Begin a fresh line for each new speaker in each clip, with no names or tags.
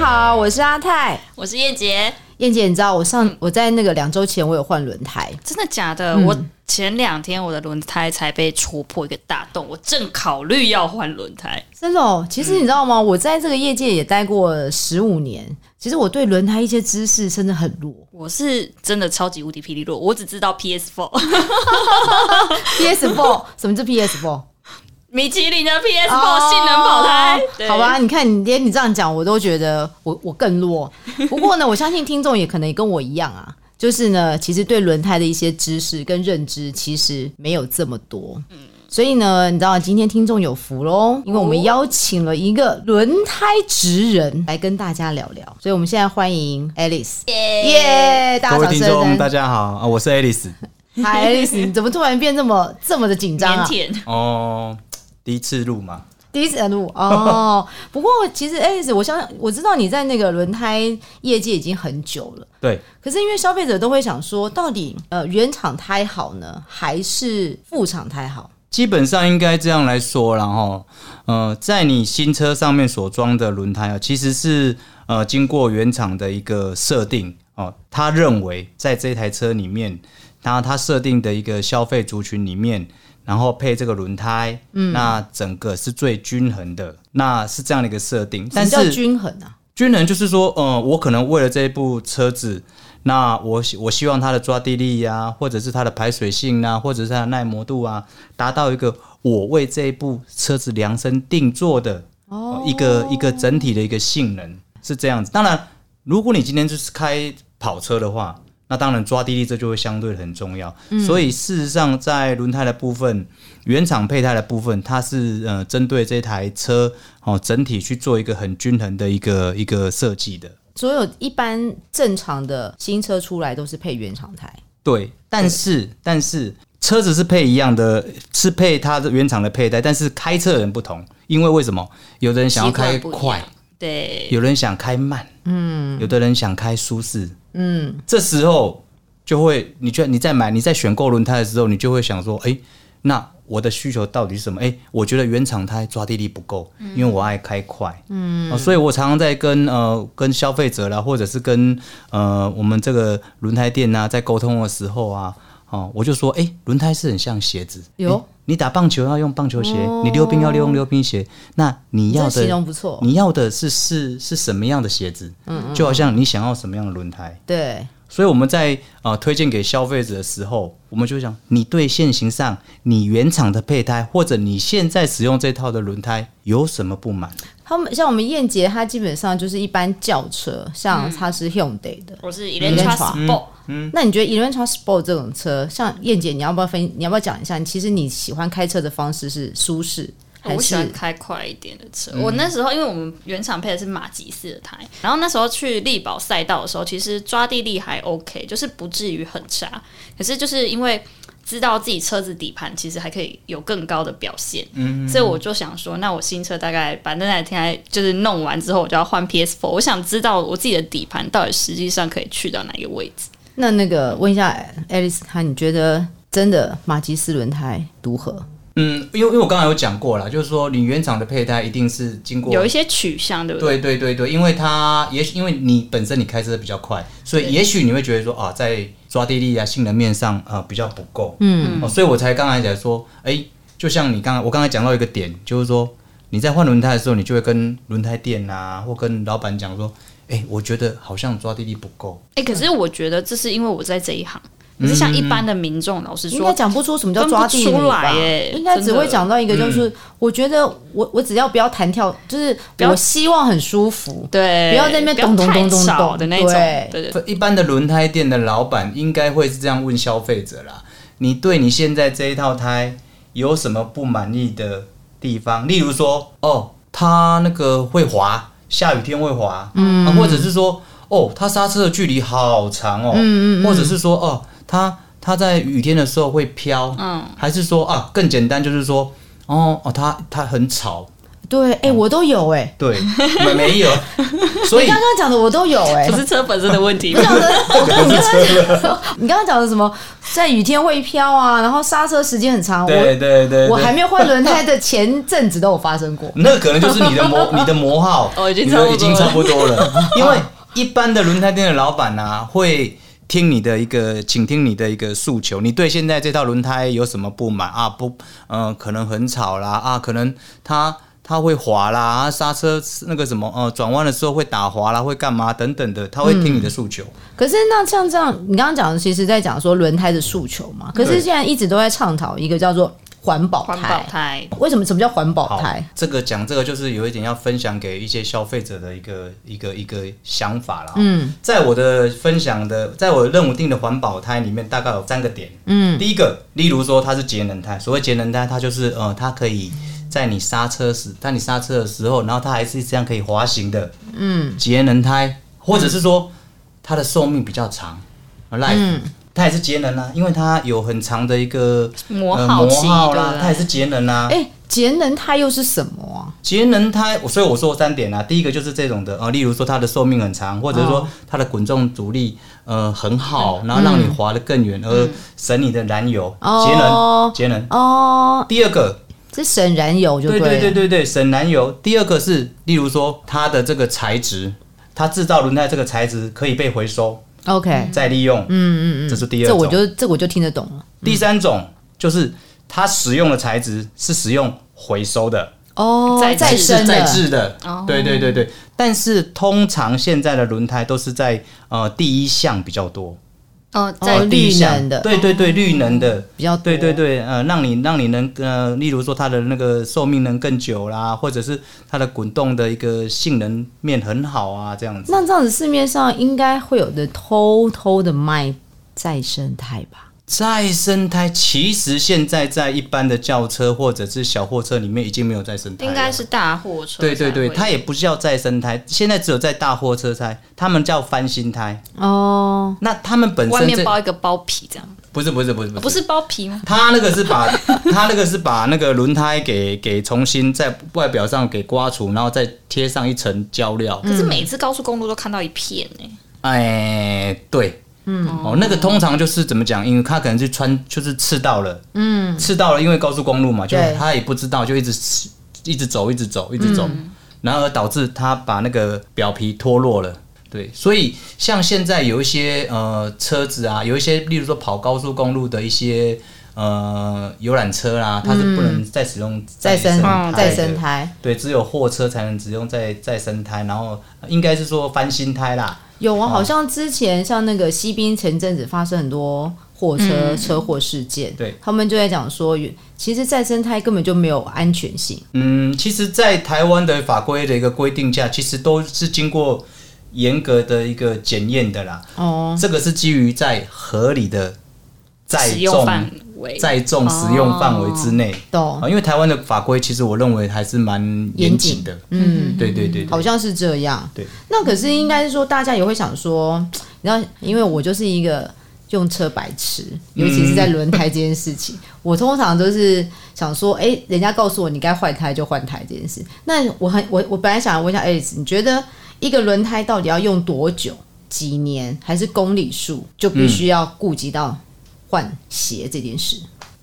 好，我是阿泰。
我是叶杰，
燕姐，你知道我上我在那个两周前我有换轮胎，
真的假的？
嗯
我前两天我的轮胎才被戳破一个大洞，我正考虑要换轮胎。
真的哦。其实你知道吗？我在这个业界也待过十五年，其实我对轮胎一些知识甚至很弱。
我是真的超级无敌霹雳弱，我只知道 PS Four，
PS Four 什么是 PS Four？
米其林的 PS Four 性能跑胎。对
哦好吧，，你看你连你这样讲，我都觉得我我更 弱。不过呢，我相信听众也可能也跟我一样啊，就是呢，其实对轮胎的一些知识跟认知其实没有这么多。
嗯
所以呢，你知道今天听众有福喽，因为我们邀请了一个轮胎职人来跟大家聊聊，所以我们现在欢迎 Alice，耶大
各
家
位
掌
听众，
声！
大家好啊，我是 Alice。
嗨，Alice，你怎么突然变这么这么的紧张
腼
啊？
腆。
哦，第一次录嘛，
第一次录 哦，不过其实 Alice，我相信我知道你在那个轮胎业界已经很久了，
对，
可是因为消费者都会想说，到底呃原厂胎好呢，还是副厂胎好？
基本上应该这样来说啦，然后，呃，在你新车上面所装的轮胎啊，其实是呃经过原厂的一个设定哦，他认为在这台车里面，然后他设定的一个消费族群里面，然后配这个轮胎，嗯，那整个是最均衡的，那是这样的一个设定。但
什么
是
叫均衡啊，
军人就是说，呃，我可能为了这部车子，那我希我希望它的抓地力呀、或者是它的排水性啊，或者是它的耐磨度啊，达到一个我为这一部车子量身定做的、呃一个一个整体的一个性能是这样子。当然，如果你今天就是开跑车的话，那当然抓地力这就会相对很重要。所以事实上，在轮胎的部分，原厂配胎的部分，它是呃针对这台车哦整体去做一个很均衡的一个一个设计的。
所有一般正常的新车出来都是配原厂胎，
对，但是但是车子是配一样的，是配它的原厂的配胎，但是开车的人不同，因为为什么？有的人想要开
习惯不一
快
样，对，
有人想开慢，嗯，有的人想开舒适，嗯，这时候就会，你就你在买你在选购轮胎的时候，你就会想说，哎、那我的需求到底是什么？哎、我觉得原厂胎抓地力不够，因为我爱开快，嗯、所以我常常在跟呃跟消费者啦，或者是跟呃我们这个轮胎店呐、在沟通的时候啊。哦，我就说，哎、轮胎是很像鞋子。
有
诶你打棒球要用棒球鞋，你溜冰要用溜冰鞋。那你要
这
的嗯
形容不错。
你要的是是是什么样的鞋子？嗯就好像你想要什么样的轮胎。
对，
所以我们在呃推荐给消费者的时候，我们就会讲，你对现行上你原厂的配胎，或者你现在使用这套的轮胎有什么不满？
他们像我们燕杰，他基本上就是一般轿车，
嗯
像他是 Hyundai 的。
我
嗯
是 Electra Sport，
那你觉得 e l e n t r a Sport 这种车，像燕姐，你要不要分？你要不要讲一下？其实你喜欢开车的方式是舒适，还
哦我喜欢
是
开快一点的车。我那时候因为我们原厂配的是马吉斯的胎，然后那时候去力宝赛道的时候，其实抓地力还 OK，就是不至于很差。可是就是因为知道自己车子底盘其实还可以有更高的表现，所以我就想说，那我新车大概把那台胎就是弄完之后，我就要换 PS4。我想知道我自己的底盘到底实际上可以去到哪一个位置。
那那个问一下 Alice，她你觉得真的马吉斯轮胎如何？
嗯，因为因为我刚才有讲过了，就是说你原厂的配胎一定是经过
有一些取向，对不对？
对对对对，因为它也许因为你本身你开车比较快，所以也许你会觉得说啊，在抓地力啊、性能面上啊、呃比较不够，嗯、哦，所以我才刚才讲说，哎、就像你刚才我刚才讲到一个点，就是说你在换轮胎的时候，你就会跟轮胎店啊或跟老板讲说，哎、我觉得好像抓地力不够，
哎、可是我觉得这是因为我在这一行，可是像一般的民众，老实
应
说
该，讲不出什么叫抓地力
分不出来
吧
耶
应该只
真的嗯
会讲到一个，就是我觉得我我只要不要弹跳，就是
不要
我希望很舒服。
对，
不要在那边咚咚咚咚咚
不要太吵的那种，
对
对对对，
一般的轮胎店的老板应该会是这样问消费者啦：你对你现在这一套胎有什么不满意的地方？例如说，哦，它那个会滑，下雨天会滑，嗯，啊、或者是说，哦，它刹车的距离好长哦，嗯嗯或者是说，哦，它它在雨天的时候会飘，嗯，还是说啊，更简单就是说，哦哦，它它很吵，
对，
嗯
哎、我都有哎、
对，没没有，所
你
以
刚刚讲的我都有哎、
不是车本身的问题。
你刚刚讲的什么在雨天会飘啊，然后刹车时间很长。
对
我
对对，
我还
对
没有换轮胎的前阵子都有发生 过。
那可能就是你的 魔你的魔号，
哦已经
你的
差不多了
已经差不 多了，因为一般的轮胎店的老板啊会。听你的一个，请听你的一个诉求，你对现在这套轮胎有什么不满啊？不，呃，可能很吵啦，啊，可能它它会滑啦，啊刹车那个什么，呃，转弯的时候会打滑啦，会干嘛等等的，他会听你的诉求。
嗯
可是那像这样，你刚刚讲的，其实在讲说轮胎的诉求嘛。可是
对
现在一直都在倡导一个叫做环保
环保
胎。
胎，
为什么什么叫环保
好
胎？，
这个讲这个就是有一点要分享给一些消费者的一个一个一个想法啦。嗯，在我的分享的，在我认定的环保胎里面，大概有三个点。嗯，第一个，例如说它是节能胎，所谓节能胎，它就是呃，它可以在你刹车时，在你刹车的时候，然后它还是这样可以滑行的。嗯，节能胎，或者是说它的寿命比较长，life。它也是节能啊，因为它有很长的一个
磨
呃
耗期
磨耗
对
啦
不，对
它也是节能啊。
哎、节能胎又是什么啊？
节能胎，我所以我说三点啊，第一个就是这种的，呃，例如说它的寿命很长，或者说它的滚动阻力呃哦很好，嗯然后让你滑得更远，而省你的燃油，
哦
节能，节能。
哦，
第二个，
是省燃油就
对
了。
嗯对对对对，省燃油。第二个是，例如说它的这个材质，它制造轮胎这个材质可以被回收
OK，
再利用，嗯嗯嗯，这是第
这
二种。
我就这我就听得懂了。
第三种就是它使用的材质是使用回收的，
哦，
再
再
制
生
再
的。
制的
哦，
对对对对。但是通常现在的轮胎都是在呃第一项比较多，
哦，
在
在
呃第一
绿
项
能的
对对对，绿能的。
比较多
对对对，呃，让你让你能呃，例如说它的那个寿命能更久啦，或者是它的滚动的一个性能面很好啊，这样子。
那这样子市面上应该会有的偷偷的卖再生胎吧？
再生胎其实现在在一般的轿车或者是小货车里面已经没有再生胎了，
应该是大货车才
对
会，
对对，它也不是叫再生胎，现在只有在大货车胎，他们叫翻新胎。
哦，
那他们本
外
身
面
这
包一个包皮这样，
不是不是不是
哦不是包皮吗？
他那个是把 他那个是把那个轮胎给给重新在外表上给刮除，然后再贴上一层胶料。
嗯
可是每次高速公路都看到一片欸呢。
哎、对，嗯，哦，那个通常就是怎么讲？因为他可能是穿就是刺到了，嗯，刺到了，因为高速公路嘛，就
对
他也不知道，就一直刺一直走，一直走，一直走，
嗯
然而导致他把那个表皮脱落了。对，所以像现在有一些呃车子啊，有一些例如说跑高速公路的一些呃游览车啊，它是不能再使用
哦再生
胎的
嗯再生胎
对，只有货车才能使用再再生胎，然后应该是说翻新胎啦。
有啊，好像之前像那个西滨前阵子发生很多货车车祸事件，
对
他们就在讲说，其实再生胎根本就没有安全性。
嗯，其实，在台湾的法规的一个规定下，其实都是经过严格的一个检验的啦。
哦，
这个是基于在合理的载
使用
重、
范围
载重使用范围之内。
懂，
啊，因为台湾的法规其实我认为还是蛮严谨的。
嗯，
对对对对
好像是这样。
对，
那可是应该是说，大家也会想说，你知道，因为我就是一个用车白痴，尤其是在
嗯
轮胎这件事 情，我通常都是想说，哎、人家告诉我你该换胎就换胎这件事。那我很我我本来想问一下 Alice，你觉得一个轮胎到底要用多久、几年，还是公里数，就必
嗯
须要顾及到换鞋这件事？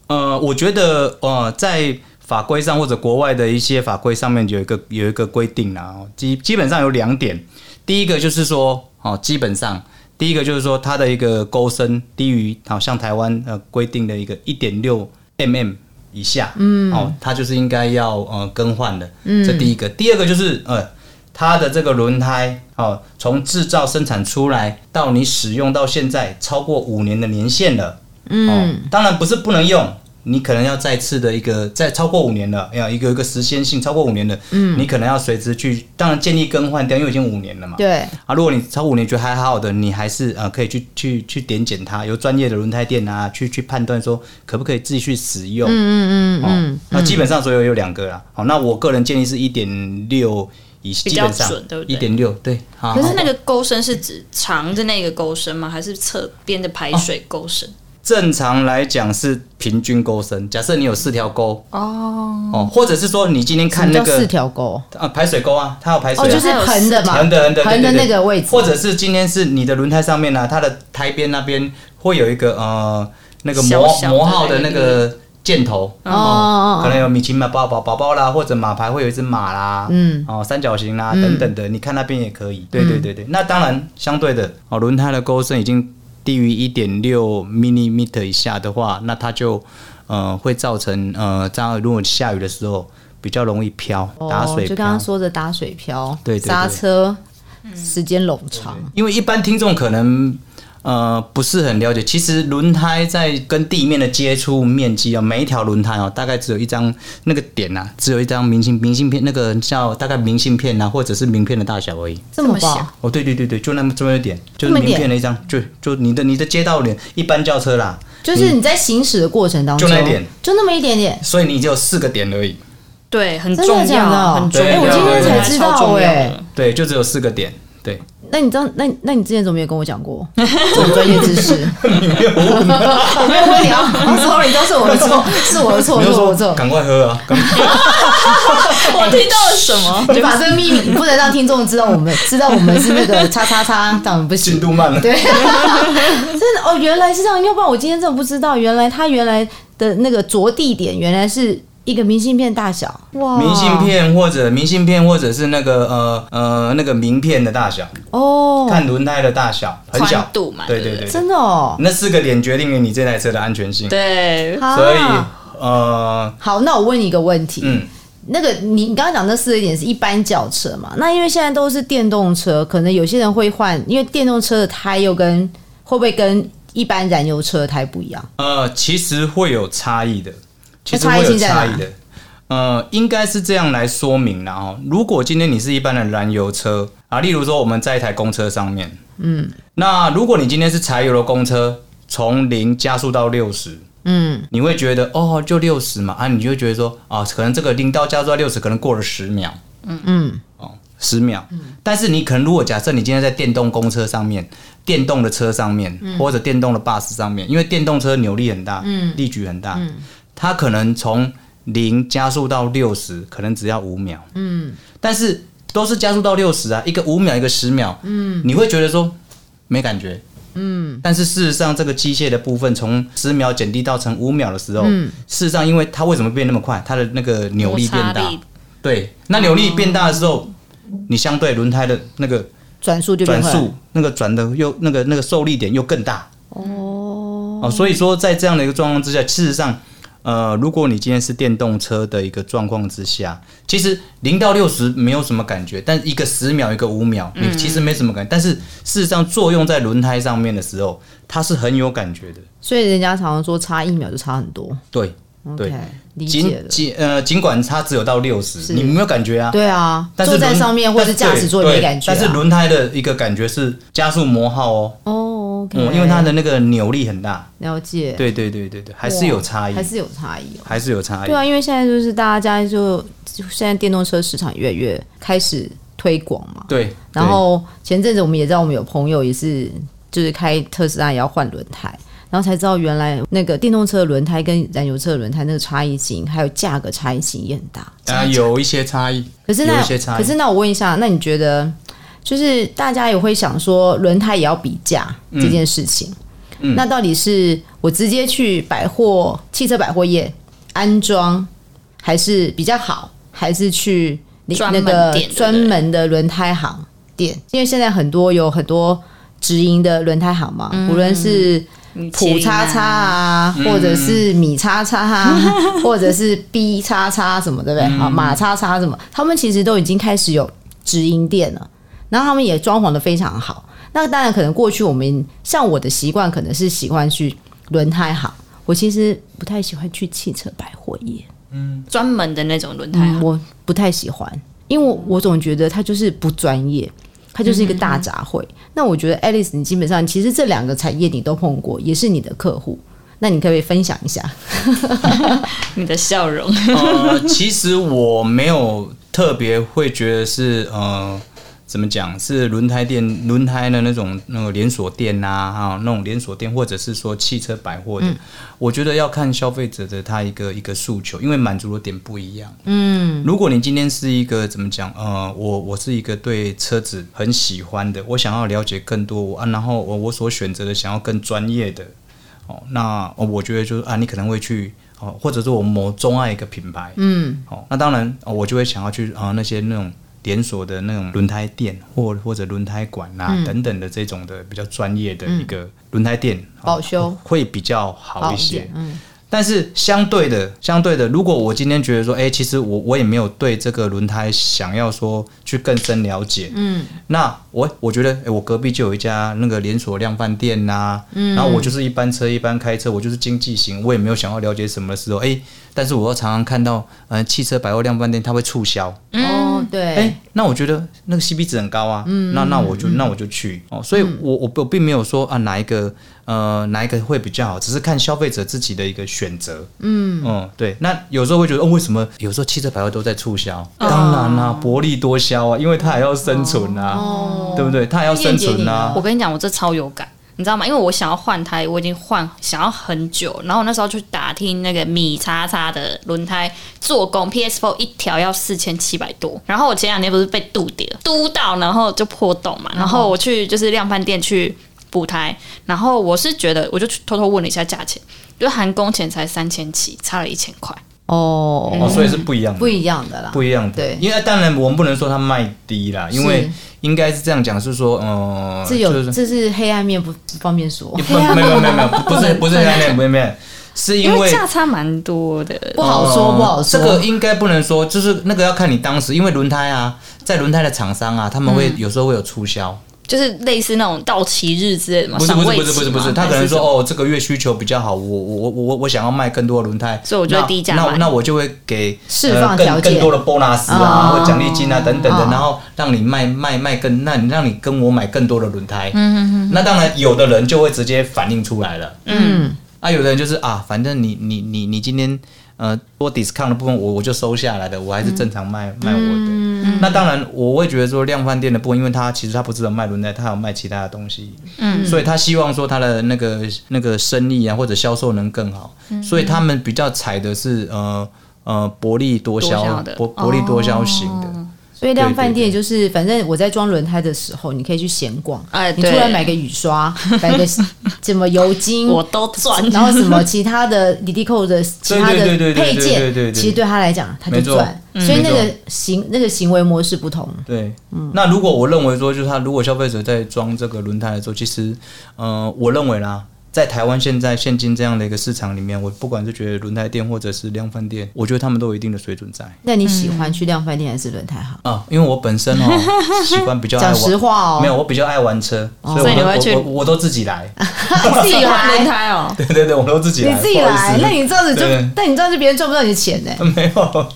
呃，我觉得呃，在法规上或者国外的一些法规上面有一个有一个规定啦，哦基基本上有两点，第一个就是说，哦，基本上第一个就是说它的一个钩身低于好、像台湾呃规定的一个一点六 mm 以下，嗯，哦，它就是应该要呃更换的，嗯，这第一个，第二个就是呃。它的这个轮胎哦，从制造生产出来到你使用到现在超过五年的年限了，嗯、当然不是不能用，你可能要再次的一个再超过五年了，要一个一个时间性超过五年的，嗯，你可能要随之去，当然建议更换掉，因为已经五年了嘛。
对，
啊，如果你超过五年觉得还好好的，你还是呃可以去去去点检它，由专业的轮胎店啊去去判断说可不可以继续使用。嗯嗯嗯哦，那基本上所有有两个啦。好、那我个人建议是一点六以
比
基
较
本上
准对不对
一点六对。好
可
好
是那个钩身是指长的那个钩身吗？还是侧边的排水钩身？
正常来讲是平均钩身，假设你有四条钩哦哦，或者是说你今天看那
什么叫四
个
条沟。
啊排水钩啊，它有排水、
哦，
啊，
就是横的嘛，
横的横的对
横的
对对
那个位置，
啊或者是今天是你的轮胎上面呢、它的胎边那边会有一个呃那个
小
磨
小的
磨耗的那个箭头，
哦哦哦
可能有米奇马宝宝宝宝啦，或者马牌会有一只马啦，
嗯，
哦，三角形啦、等等的，你看那边也可以。对对对对，那当然相对的，哦，轮胎的勾深已经低于一点六 m i l i m e t e r 以下的话，那它就呃会造成呃这样，如果下雨的时候比较容易飘，打水
哦、就
漂。
刚刚说的打水漂，
对对嗯对
刹车时间冗长，
因为一般听众可能呃不是很了解，其实轮胎在跟地面的接触面积啊、每一条轮胎哦、大概只有一张那个点啊，只有一张明信明信片，那个叫大概明信片啊，或者是名片的大小而已。
这么
这么
棒
小，
哦，对对对对，就那么这么一点，就
这
是
么一
名
点
片的一张，就就你的你的街道脸，一般轿车啦，
就是你在行驶的过程当中，
嗯就那一点
就那么一点点，
所以你只有四个点而已。
对，很
真
重
的假
要，
的？
很重要。
哎我今天
对对
才
对
知
超
道
重要
哎、
的
对，就只有四个点。 对，
那你知道，那那你之前怎么没有跟我讲 过这种专业知识？我没有问你啊、 哦、，sorry，都是我的 错，是我的错，
你
是
就
我
说
的错。
赶快喝啊，赶快
我听到了什么？
你把这个秘密你不能让听众知道，我们知道我们是那个叉叉叉，这样不
进
行。
度慢了。
对， 真的哦，原来是这样，要不然我今天真的不知道，原来他原来的那个着地点原来是一个明信片大小，哇
明信片或者明信片或者是那个呃呃那个名片的大小，
哦，
看轮胎的大小，很小
宽度嘛
对
对不
对，
真的哦，
那四个点决定了你这台车的安全性。
对，
啊
所以呃，
好，那我问你一个问题，
嗯，
那个你你刚刚讲那四个点是一般轿车嘛？那因为现在都是电动车，可能有些人会换，因为电动车的胎又跟会不会跟一般燃油车的胎不一样？
呃，其实会有差异的，其实
那差
会
异
有
性在
差
哪
异的。呃，应该是这样来说明啦哦。如果今天你是一般的燃油车啊，例如说我们在一台公车上面，嗯，那如果你今天是柴油的公车，从零加速到六十，
嗯，
你会觉得哦，就六十嘛啊，你就会觉得说啊，可能这个零到加速到六十，可能过了十秒，
嗯，
哦，十秒。但是你可能如果假设你今天在电动公车上面、电动的车上面、或者电动的 bus 上面，因为电动车扭力很大，力矩很大，它可能从零加速到六十，可能只要五秒，嗯，但是都是加速到六十啊，一个五秒，一个十秒，嗯，你会觉得说没感觉。嗯，但是事实上，这个机械的部分从十秒减低到成五秒的时候，事实上，因为它为什么变那么快？它的那个扭力变大，
摩擦力
对，那扭力变大的时候，你相对轮胎的那个
转哦速就变
转
回来
速、那个转的又那个那个受力点又更大。哦，哦，所以说在这样的一个状况之下，事实上，呃，如果你今天是电动车的一个状况之下，其实零到六十没有什么感觉，但一个十秒一个五秒，
嗯
你其实没什么感觉。但是事实上作用在轮胎上面的时候，它是很有感觉的。
所以人家常常说差一秒就差很多。
对，对
OK，理解
尽
了。
尽呃，尽管它只有到六
是
十，你没有感觉啊？
对啊，
但是
坐在
轮
上面或者是驾驶座也
对
没
对
感觉、啊。
但是轮胎的一个感觉是加速磨耗哦，
哦，OK，、
嗯，因为它的那个扭力很大。
了解，
对对对对对，还是有差异
还，是有差异哦。
还是有差异
对。啊，因为现在就是大家就就现在电动车市场越来越开始推广嘛。
对，
然后前阵子我们也知道，我们有朋友也是就是开特斯拉也要换轮胎，然后才知道原来那个电动车的轮胎跟燃油车的轮胎那个差异性，还有价格差异性也很大。
对啊，有一些差异。
可是
有
那
一些差异
可是那我问一下，那你觉得就是大家也会想说轮胎也要比价
嗯
这件事情，那到底是我直接去百货汽车百货业安装，还是比较好，还是去你
专
那
门
个
店对不对
专门的轮胎行店？因为现在很多有很多直营的轮胎行嘛，
嗯
无论是
米其
普
林啊
叉叉啊，或者是米叉叉啊，或者是 B 叉叉什么，对不对？啊，马叉叉什么，他们其实都已经开始有直营店了，然后他们也装潢的非常好。那当然，可能过去我们像我的习惯，可能是喜欢去轮胎行，我其实不太喜欢去汽车百货业，
专门的那种轮胎
嗯
行，
我不太喜欢，因为我我总觉得它就是不专业。它就是一个大杂烩。那我觉得 Alice，你基本上其实这两个产业你都碰过，也是你的客户。那你可不可以分享一下？
你的笑容，
呃，其实我没有特别会觉得是呃，怎么讲是轮胎店、轮胎的那种那个连锁店呐、啊，哈、那种连锁店，或者是说汽车百货的，我觉得要看消费者的他一个一个诉求，因为满足的点不一样。嗯，如果你今天是一个怎么讲，呃，我我是一个对车子很喜欢的，我想要了解更多，我啊，然后我我所选择的想要更专业的。哦，那哦我觉得就是啊，你可能会去哦，或者说我某钟爱一个品牌，嗯，哦，那当然哦，我就会想要去啊那些那种连锁的那种轮胎店或或者轮胎馆啊、等等的这种的比较专业的一个轮胎店、哦
保修
会比较好一些，
点嗯，
但是相对的，相对的，如果我今天觉得说，哎、其实我我也没有对这个轮胎想要说去更深了解，嗯，那我我觉得，哎、我隔壁就有一家那个连锁量贩店呐、嗯，然后我就是一般车一般开车，我就是经济型，我也没有想要了解什么的时候，哎、但是我又常常看到，嗯、汽车百货量贩店它会促销，
哦，对，
哎、那我觉得那个 CP 值很高啊，那那我就那我就去哦，所以我我我并没有说啊哪一个呃哪一个会比较好，只是看消费者自己的一个选择，嗯嗯，对，那有时候会觉得哦为什么有时候汽车百货都在促销？当然啦、薄利多销啊，因为它还要生存啊，对不对？它还要生存啊，
我跟你讲，我这超有感，你知道吗？因为我想要换胎，我已经换想要很久，然后我那时候去打听那个米叉叉的轮胎做工，PS4 一条要四千七百多。然后我前两天不是被堵跌，嘟到，然后就破洞
嗯
嘛，然后我去就是量贩店去补胎，然后我是觉得我就去偷偷问了一下价钱，就含工钱才三千七，差了一千块。
哦，
哦，所以是不一样的，
不一样的啦，
不一样的，
对
因为啊当然我们不能说它卖低啦，因为应该是这样讲，是说，嗯、呃，
这
就
有
是
这是黑暗面，不不方便说
不，， 没有没有没有，不是不是那那没没有，是因为呃
价差蛮多的，
不好说，不好说。
哦这个应该不能说，就是那个要看你当时，因为轮胎啊，在轮胎的厂商啊，他们会有时候会有促销，
就是类似那种到期日之类的嘛，
不是
赏
不是
味
不是不是
期
不是，
吗
他可
还
能
是
说
什么
哦，这个月需求比较好，我我我我我想要卖更多的轮胎，
所以我就会
那
低价
那
卖
那我就会给
释
呃
放条
更
件
更多的 bonus 啊，
哦
或奖励金啊等等的
哦，
然后让你卖卖卖更，那你让你跟我买更多的轮胎，嗯嗯嗯，那当然有的人就会直接反映出来了。
嗯，
啊，有的人就是啊，反正你你你你今天呃多 discount 的部分我我就收下来的，我还是正常卖、卖我的。那当然，我会觉得说量贩店的部分，因为它其实它不只有卖轮胎，它还有卖其他的东西，嗯，所以他希望说他的那个那个生意啊或者销售能更好，所以他们比较采的是呃呃薄利多
多销
销
的
薄薄利多销型的。
所以量饭店就是，反正我在装轮胎的时候，你可以去闲逛。
哎
你
对
突然买个雨刷，买个 什么油精，
我都赚，
然后什么其他的 里迪扣的其他的
对对对对对
配
对对
件
对对，
其实对他来讲他就
没错
赚，
嗯
所以那个行那个行为模式不同。
对，
嗯
那如果我认为说，就是他如果消费者在装这个轮胎的时候，其实，呃，我认为啦，在台湾现在现今这样的一个市场里面，我不管是觉得轮胎店或者是量贩店，我觉得他们都有一定的水准在
那
嗯
你喜欢去量饭店还是轮胎好？
啊，因为我本身 哦喜欢比较爱
讲实
玩。
话
没有，
哦，
我比较爱玩车，所
所以
以
你
我都
会去
我我我都自己来，
自己换轮胎哦，
对对对，我 都自己
你
来，
自己
不好
来
意，思
那你这样子就
对，
但你这样就别人赚不到你的钱呢。
没有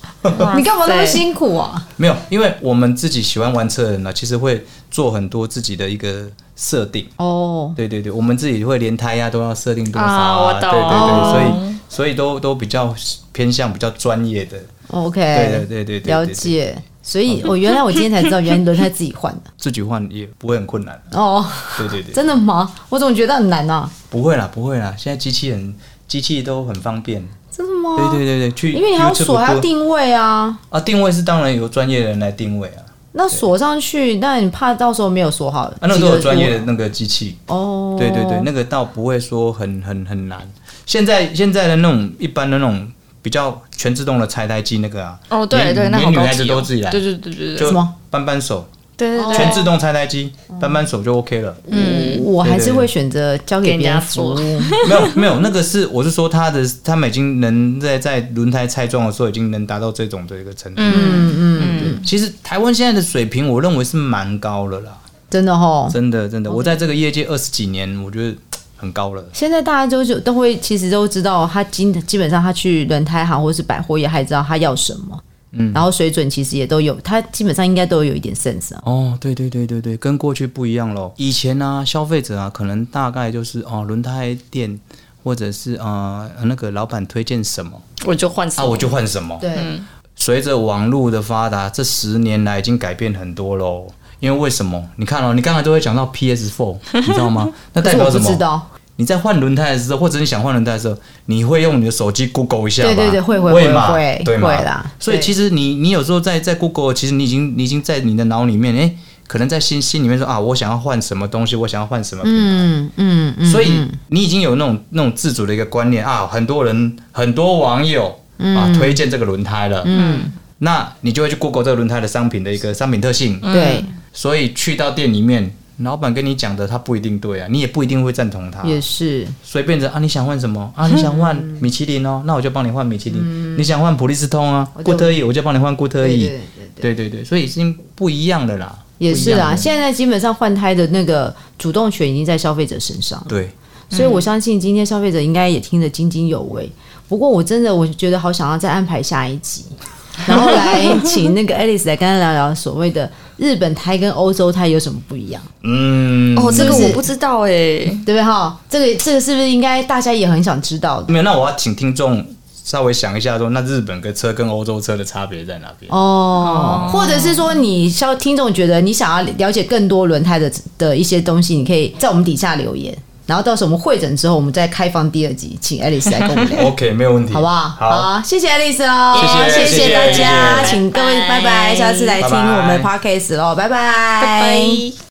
你干嘛那么
哇塞
辛苦啊？
没有，因为我们自己喜欢玩车的人呢，其实会做很多自己的一个设定，
哦，
对对对，我们自己会连胎压都要设定多少
啊我懂
对
哦
对对，所以所以都都比较偏向比较专业的，
OK，
对对对对对，
了
对，
解。所以我原来我今天才知道，原来轮胎自己换 的。
自己换也不会很困难，
哦，
对对对，
真的吗？我总觉得很难啊。
不会啦不会啦，现在机器人机器都很方便，
真的吗？
对对对对，去
哦因为你还要
YouTube
锁，还要
播
定位啊。
啊，定位是当然由专业人来定位啊，
那锁上去，那你怕到时候没有锁好，
啊那个都
几个
有专业的那个机器，
哦。
对对对，那个倒不会说很很很难。现在现在的那种一般的那种比较全自动的拆胎机那个啊，
哦，对
连
对，那好
连女
高
孩子
级
都
哦，
自己来，
对对对对对
就
什么
扳扳手，
对对嗯
全
对，
自动拆胎机，扳扳手就 OK 了。
我我还是会选择交嗯给别人嗯服务。
给
没有 没有，那个是我是说它的，他们已经能在在轮胎拆装的时候已经能达到这种的一个程度。
嗯嗯，
嗯，其实台湾现在的水平，我认为是蛮高了啦，
嗯
真的吼，
真的真的，我在这个业界二十几年，我觉得很高了。
现在大家都就都会，其实都知道他基基本上他去轮胎行或是百货业，还知道他要什么。嗯，然后水准其实也都有，他基本上应该都有一点 sense 啊。
哦，对对对对对，跟过去不一样喽。以前呢、消费者啊，可能大概就是哦，轮胎店或者是呃那个老板推荐什么
我就换手
啊，我就换什么。
对，
随着网络的发达，这十年来已经改变很多喽。因为为什么？你看哦，你刚才都会讲到 PS4，你知 道吗？那
可
代
是
表
我
什
不知
么？
道，
你在换轮胎的时候，或者你想换轮胎的时候，你会用你的手机 Google 一下吧？
对对对会会
嘛
会会
对嘛
会啦
所以
对
其实你你有时候在在 Google，其实你已经你已经在你的脑里面，哎、可能在心心里面说啊，我想要换什么东西，我想要换什么品牌
嗯嗯嗯，
所以你已经有那种那种自主的一个观念啊，很多人很多网友
嗯
啊推荐这个轮胎了，嗯，那你就会去 Google 这个轮胎的商品的一个商品特性，
对，
所以去到店里面，老板跟你讲的他不一定对啊，你也不一定会赞同他，
也嗯是，
所以变成啊你想换什么啊你 想换米其林哦，那我就帮你换米其林，你想换普利司通啊
嗯我，就
固特异我就帮你换固特
对对
异，
对
对对对，所以已经不一样了啦，
也是啊。
不一样了
现在基本上换胎的那个主动权已经在消费者身上了。
对，
所以我相信今天消费者应该也听得津津有味。不过我真的我觉得好想要再安排下一集，然后来请那个 Alice 来跟他聊聊所谓的日本胎跟欧洲胎有什么不一样，
嗯，
哦，这个
是
我不知道哎。
对不对哈？这个这个是不是应该大家也很想知道的？
没有，那我要请听众稍微想一下说那日本的车跟欧洲车的差别在哪边？
哦，或者是说你消听众觉得你想要了解更多轮胎的的一些东西，你可以在我们底下留言，然后到时候我们会诊之后，我们再开放第二集，请 Alice 来跟我们聊。
OK，没有问题，
哦好不好？
好，
谢谢爱丽丝哦，
谢谢
谢
谢
大
谢
家，
谢谢
请各位
拜
拜
拜
拜，下次来听我们的
拜
podcast 喽，拜拜，
拜拜。